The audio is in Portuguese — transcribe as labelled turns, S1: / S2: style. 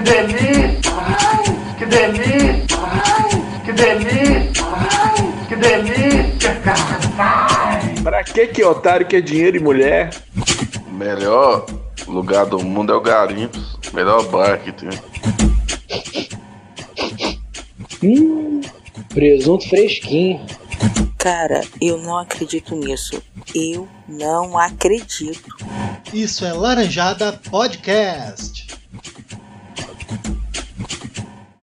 S1: delícia! Ai, que delícia! Ai, que delícia! Ai, que delícia, cara!
S2: Pra que que otário quer dinheiro e mulher?
S3: Melhor lugar do mundo é o Garimpos. Melhor bar que tem.
S4: Hum, presunto fresquinho.
S5: Cara, eu não acredito nisso. Eu não acredito.
S6: Isso é Laranjada Podcast.